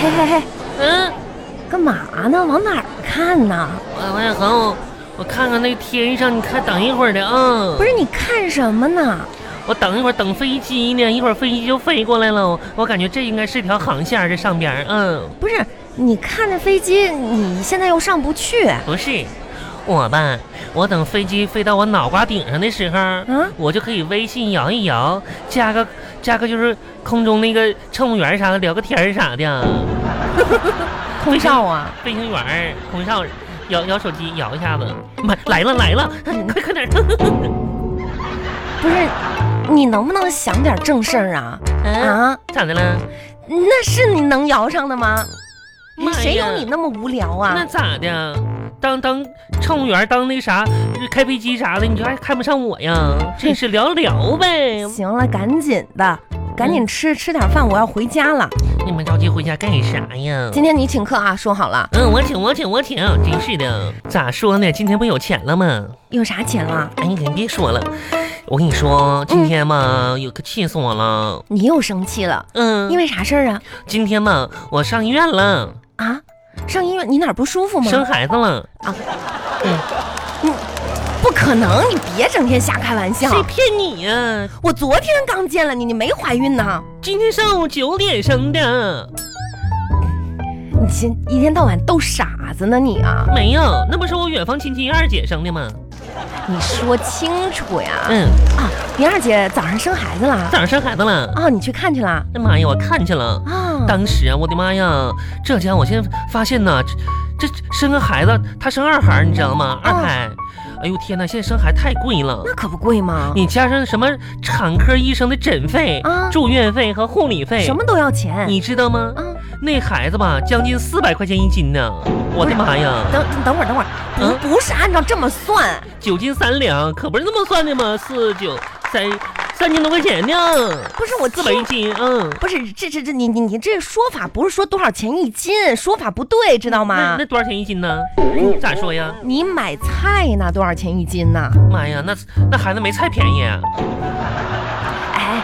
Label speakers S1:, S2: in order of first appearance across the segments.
S1: 嘿嘿，
S2: 嗯，
S1: 干嘛呢？往哪儿看呢？
S2: 王王小恒，我看看那天上，你看等一会儿的啊。
S1: 不是你看什么呢？
S2: 我等一会儿等飞机呢，一会儿飞机就飞过来了。我感觉这应该是条航线儿，这上边儿，嗯，
S1: 不是你看着飞机，你现在又上不去
S2: 不是。我吧，我等飞机飞到我脑瓜顶上的时候，
S1: 嗯
S2: 我就可以微信摇一摇，加个加个就是空中那个乘务员啥的聊个天儿啥的，
S1: 空少啊？
S2: 飞行员儿空少摇摇手机摇一下子，妈来了来了， 快快点儿！
S1: 不是，你能不能想点正事儿啊？
S2: 嗯，
S1: 啊，
S2: 咋的了？
S1: 那是你能摇上的吗？
S2: 妈
S1: 谁
S2: 呀
S1: 有你那么无聊
S2: 那
S1: 啊？
S2: 咋的？当当乘务员，当那啥，开飞机啥的，你就还看不上我呀？真是聊聊呗，
S1: 行了，赶紧的，赶
S2: 嗯
S1: 紧吃吃点饭，我要回家了。
S2: 你们着急回家干啥呀？
S1: 今天你请客啊，说好了。
S2: 嗯，我请，我请，我请，真是的，咋说呢？今天不有钱了吗？
S1: 有啥钱了？
S2: 哎，你可别说了，我跟你说，
S1: 嗯
S2: 今天嘛，有可气死我了。
S1: 你又生气了？
S2: 嗯，
S1: 因为啥事儿啊？
S2: 今天嘛，我上医院了，
S1: 啊，上医院你哪儿不舒服吗？
S2: 生孩子了，
S1: 不可能，你别整天瞎开玩笑。
S2: 谁骗你呀、
S1: 我昨天刚见了你，你没怀孕呢？
S2: 今天上午九点生的，
S1: 你今一天到晚逗傻子呢你啊！
S2: 没有，那不是我远房亲戚二姐生的吗？
S1: 你说清楚呀！
S2: 嗯，
S1: 啊，林二姐早上生孩子了
S2: 早上生孩子了，
S1: 啊？你去看去了
S2: 哎妈呀，我看去了。
S1: 啊？
S2: 当时啊，我的妈呀，这家伙我现在发现呐，这这生个孩子，他生二孩儿，你知道吗？二
S1: 啊
S2: 胎，哎呦天呐，现在生孩子太贵了。
S1: 那可不贵吗？
S2: 你加上什么产科医生的诊费、
S1: 啊
S2: 住院费和护理费，
S1: 什么都要钱
S2: 你知道吗？
S1: 啊？
S2: 那孩子吧，将近四百块钱一斤呢！我的妈呀，
S1: 等等会儿，等会儿，不、
S2: 嗯
S1: 不是按照这么算，
S2: 九斤三两，可不是那么算的吗？四九三三千多块钱呢，
S1: 不是我
S2: 四百一
S1: 听，
S2: 斤，嗯。
S1: 不是这这这你你你这说法不是说多少钱一斤，说法不对，知道
S2: 那
S1: 吗
S2: 那？多少钱一斤呢？
S1: 嗯
S2: 咋说呀？
S1: 你买菜呢多少钱一斤呢？
S2: 妈呀，那那孩子没菜便宜啊！
S1: 哎，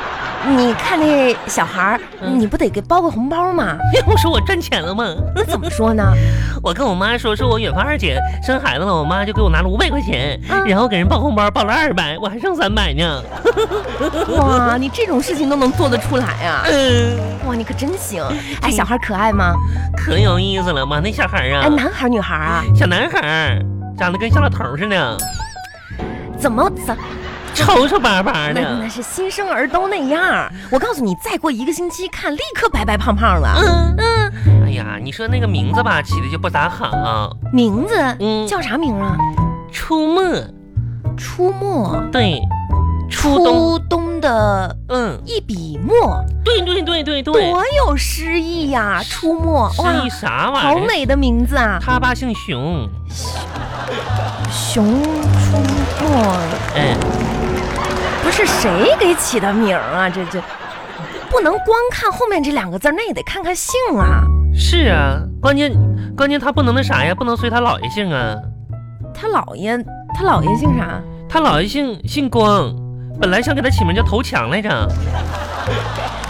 S1: 你看那小孩儿，
S2: 嗯
S1: 你不得给包个红包吗？
S2: 我说我赚钱了吗？
S1: 那怎么说呢？
S2: 我跟我妈说，说我远房二姐生孩子了，我妈就给我拿了五百块钱，
S1: 啊
S2: 然后给人包红包，包了二百，我还剩三百呢。
S1: 哇，你这种事情都能做得出来啊！
S2: 嗯，
S1: 哇，你可真行！哎，小孩可爱吗？
S2: 可有意思了嘛，那小孩儿啊，
S1: 哎，男孩儿女孩儿啊？
S2: 小男孩儿长得跟小老头儿似的，
S1: 怎么怎
S2: 丑丑巴巴
S1: 那那
S2: 的。
S1: 是新生儿都那样儿？我告诉你，再过一个星期看，立刻白白胖胖了。
S2: 嗯嗯，哎呀，你说那个名字吧，起的就不咋好。
S1: 名字
S2: 嗯，
S1: 叫啥名儿啊？
S2: 出没，
S1: 出没，
S2: 对，初冬，
S1: 初冬的
S2: 嗯，
S1: 一笔墨，
S2: 对对对对对，
S1: 多有诗意呀！出没，哇
S2: 是一，啥玩意儿？
S1: 好美的名字啊！
S2: 他爸姓熊，
S1: 熊出没。
S2: 哎，
S1: 不是谁给起的名儿啊？这这不能光看后面这两个字儿，那也得看看姓啊。
S2: 是啊，关键关键他不能那啥呀，不能随他姥爷姓啊，
S1: 他姥爷，他姥爷姓啥？
S2: 他姥爷姓姓光，本来想给他起名叫头强 来着，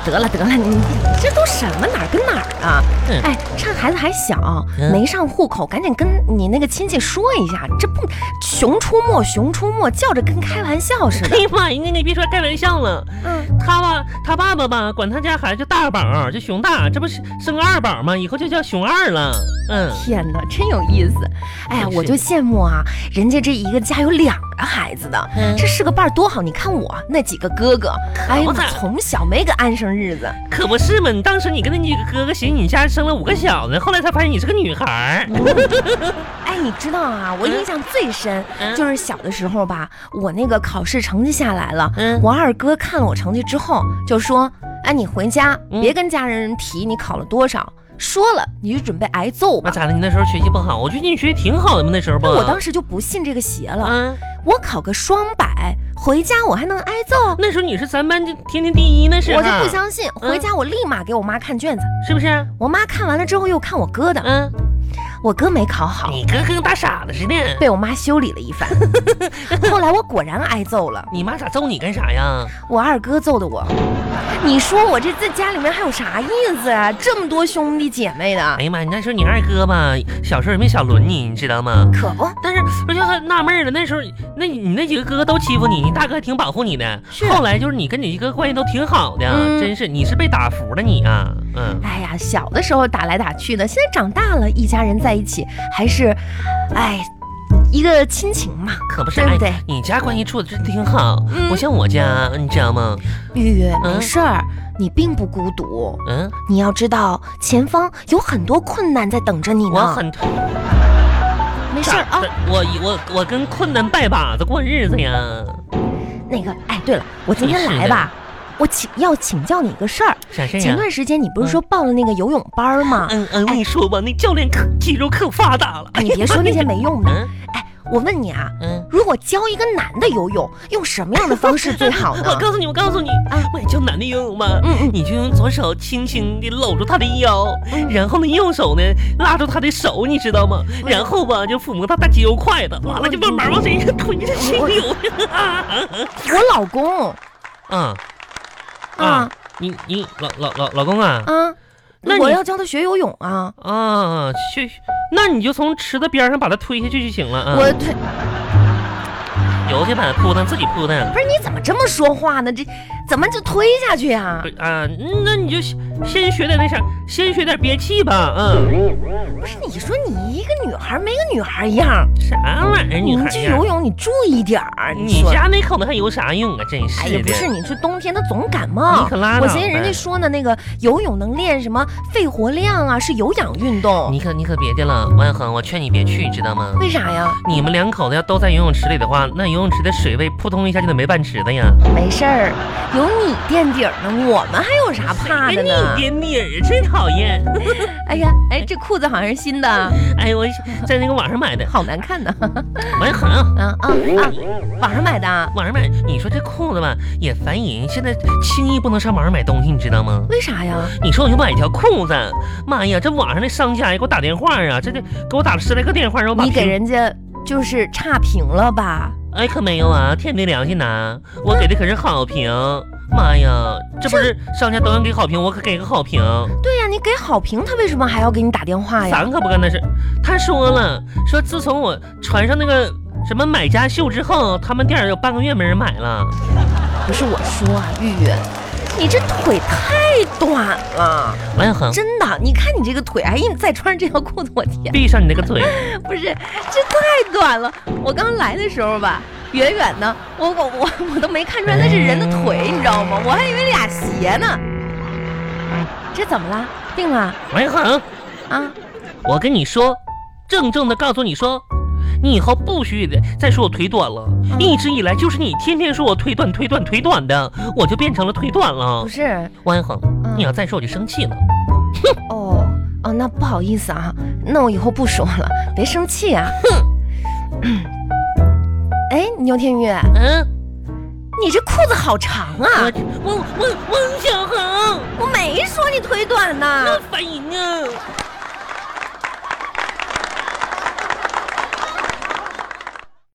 S1: 得了得了，你这都什么哪儿跟哪儿啊？
S2: 嗯
S1: 哎，趁孩子还小，
S2: 嗯
S1: 没上户口，赶紧跟你那个亲戚说一下，这不熊出没，熊出没，叫着跟开玩笑似
S2: 哎
S1: 的。
S2: 呀妈呀，你你别说开玩笑了，
S1: 嗯，
S2: 他吧他爸爸吧管他家孩子叫大宝，叫熊大，这不是生个二宝吗？以后就叫熊二了，嗯。
S1: 天哪，真有意思。哎呀，
S2: 真是
S1: 我就羡慕啊，人家这一个家有两个孩子的，
S2: 嗯
S1: 这是个伴儿多好！你看我那几个哥哥，哎呀
S2: 不咋，
S1: 从小没个安生日子。
S2: 可不是嘛！你当时你跟那几个哥哥寻思你家生了五个小子，后来才发现你是个女孩儿。
S1: 哎，你知道啊，我印象最深、
S2: 嗯
S1: 就是小的时候吧，我那个考试成绩下来了，
S2: 嗯
S1: 我二哥看了我成绩之后就说：“哎，你回家、
S2: 嗯
S1: 别跟家人提你考了多少，说了你就准备挨揍吧。
S2: 那咋的？你那时候学习不好？我觉得你学习挺好的嘛，那时候”不？
S1: 我当时就不信这个邪了，
S2: 嗯，
S1: 我考个双百，回家我还能挨揍？啊
S2: 那时候你是咱班就天天第一那时候，
S1: 我就不相信，
S2: 嗯
S1: 回家我立马给我妈看卷子，
S2: 是不是？
S1: 我妈看完了之后又看我哥的，
S2: 嗯，
S1: 我哥没考好，
S2: 你哥跟大傻子似的。
S1: 被我妈修理了一 番。 后来我果然挨揍了，
S2: 你妈咋揍你干啥呀？
S1: 我二哥揍的我。你说我这在家里面还有啥意思啊？这么多兄弟姐妹的
S2: 哎，呀妈，你那时候你二哥吧，小时候也没少轮你，你知道吗？
S1: 可不，
S2: 但是我就很纳闷儿了，那时候那你你那几个哥哥都欺负你，你大哥挺保护你的。
S1: 是
S2: 后来就是你跟你哥关系都挺好的，
S1: 嗯
S2: 真是你是被打服了你啊，嗯。
S1: 哎呀，小的时候打来打去的，现在长大了，一家人在一起还是，哎，一个亲情嘛。
S2: 可不是，
S1: 对不
S2: 哎
S1: 对，
S2: 你家关系处的真挺好，
S1: 嗯
S2: 不像我家，你知道吗？
S1: 玉玉，
S2: 嗯
S1: 没事儿，你并不孤独，
S2: 嗯，
S1: 你要知道前方有很多困难在等着你呢。
S2: 我很
S1: 没事
S2: 咋
S1: 儿啊。
S2: 的我我我跟困难拜把子过日子呀。
S1: 那个，哎，对了，我今天
S2: 真是
S1: 来吧，我请要请教你一个事儿。
S2: 啥事
S1: 前
S2: 呀？
S1: 段时间你不是说报了那个游泳班儿吗？
S2: 嗯嗯，我跟你说吧，那教练可肌肉可发达了。
S1: 哎你别说那些没用 的。
S2: 嗯
S1: 哎，我问你啊，
S2: 嗯，
S1: 如果教一个男的游泳，用什么样的方式最好
S2: 我
S1: 呢？
S2: 告诉你，我告诉你，啊
S1: 哎
S2: 我也教男的游泳嘛。
S1: 嗯嗯
S2: 你就用左手轻轻地搂住他的腰，然后呢，右手呢拉住他的手，你知道吗？
S1: 嗯
S2: 然后吧，就抚摸他大肌肉块子，完了就慢慢往身上
S1: 嗯
S2: 推着去游。
S1: 我老公嗯
S2: 啊
S1: 啊，
S2: 你你老老老老公啊
S1: 啊，
S2: 那你
S1: 我要教他学游泳啊。
S2: 啊去，那你就从池子边上把他推下去就行了啊。
S1: 我推
S2: 游去吧，扑腾自己扑腾。
S1: 不是你怎么这么说话呢？这怎么就推下去啊
S2: 不？是啊，那你就先先学点那啥，先学点憋气吧。嗯，
S1: 不是你说你一个女孩没个女孩一样，
S2: 啥玩意儿，
S1: 你
S2: 女
S1: 们
S2: 孩
S1: 去
S2: 呀
S1: 游泳你注意点儿。
S2: 你
S1: 说
S2: 家那口子还游啥泳啊？真是的。
S1: 哎呀，不是，你说冬天他总感冒。
S2: 你可拉倒
S1: 我
S2: 哎
S1: 寻思人
S2: 呗
S1: 家说呢，那个游泳能练什么肺活量啊，是有氧运动。
S2: 你可你可别的了，万恒，我劝你别去，你知道吗？
S1: 为啥呀？
S2: 你们两口子要都在游泳池里的话，那游泳池的水位扑通一下就得没半尺的呀。
S1: 没事儿，有你垫底儿呢，我们还有啥怕的
S2: 哎跟你
S1: 呢？
S2: 点底儿，真讨厌。
S1: 哎呀，哎，这裤子好像是新的，
S2: 哎，我在那个网上买的，
S1: 好难看呢。
S2: 万恒。
S1: 啊啊啊！网上买的啊，
S2: 网上买，你说这裤子吧也烦人，现在轻易不能上网上买东西，你知道吗？
S1: 为啥呀？
S2: 你说我就买一条裤子，妈呀，这网上那商家也给我打电话啊，这这给我打了十来个电话，让我把
S1: 你给
S2: 评
S1: 人家就是差评了吧？
S2: 哎可没有啊，天没良心呐，我给的可是好评，妈呀，这不是商家都能给好评，我可给个好评，
S1: 对呀、你给好评，他为什么还要给你打电话哎呀？
S2: 咱可不干那事。他说了，说自从我穿上那个什么买家秀之后，他们店儿有半个月没人买了。
S1: 不是我说啊，玉玉，你这腿太短了，
S2: 王小恒，
S1: 真的。你看你这个腿，哎呀，你再穿上这条裤子，我天，
S2: 闭上你那个嘴，
S1: 不是，这太短了。我刚来的时候吧，远远的，我我我我都没看出来那是人的腿，你知道吗？我还以为俩鞋呢。这怎么了？病了
S2: 王小恒。
S1: 啊？
S2: 我跟你说，郑重的告诉你说，你以后不许得再说我腿短了。
S1: 嗯
S2: 一直以来就是你天天说我腿短、腿短、腿短的，我就变成了腿短了
S1: 不。是，
S2: 王一恒，
S1: 嗯
S2: 你要再说我就生气了。
S1: 哦哦，那不好意思啊，那我以后不说了，别生气啊。嗯哎，牛天宇，
S2: 嗯，
S1: 你这裤子好长啊！
S2: 我我我王小恒，
S1: 我没说你腿短呐
S2: 那，烦人啊！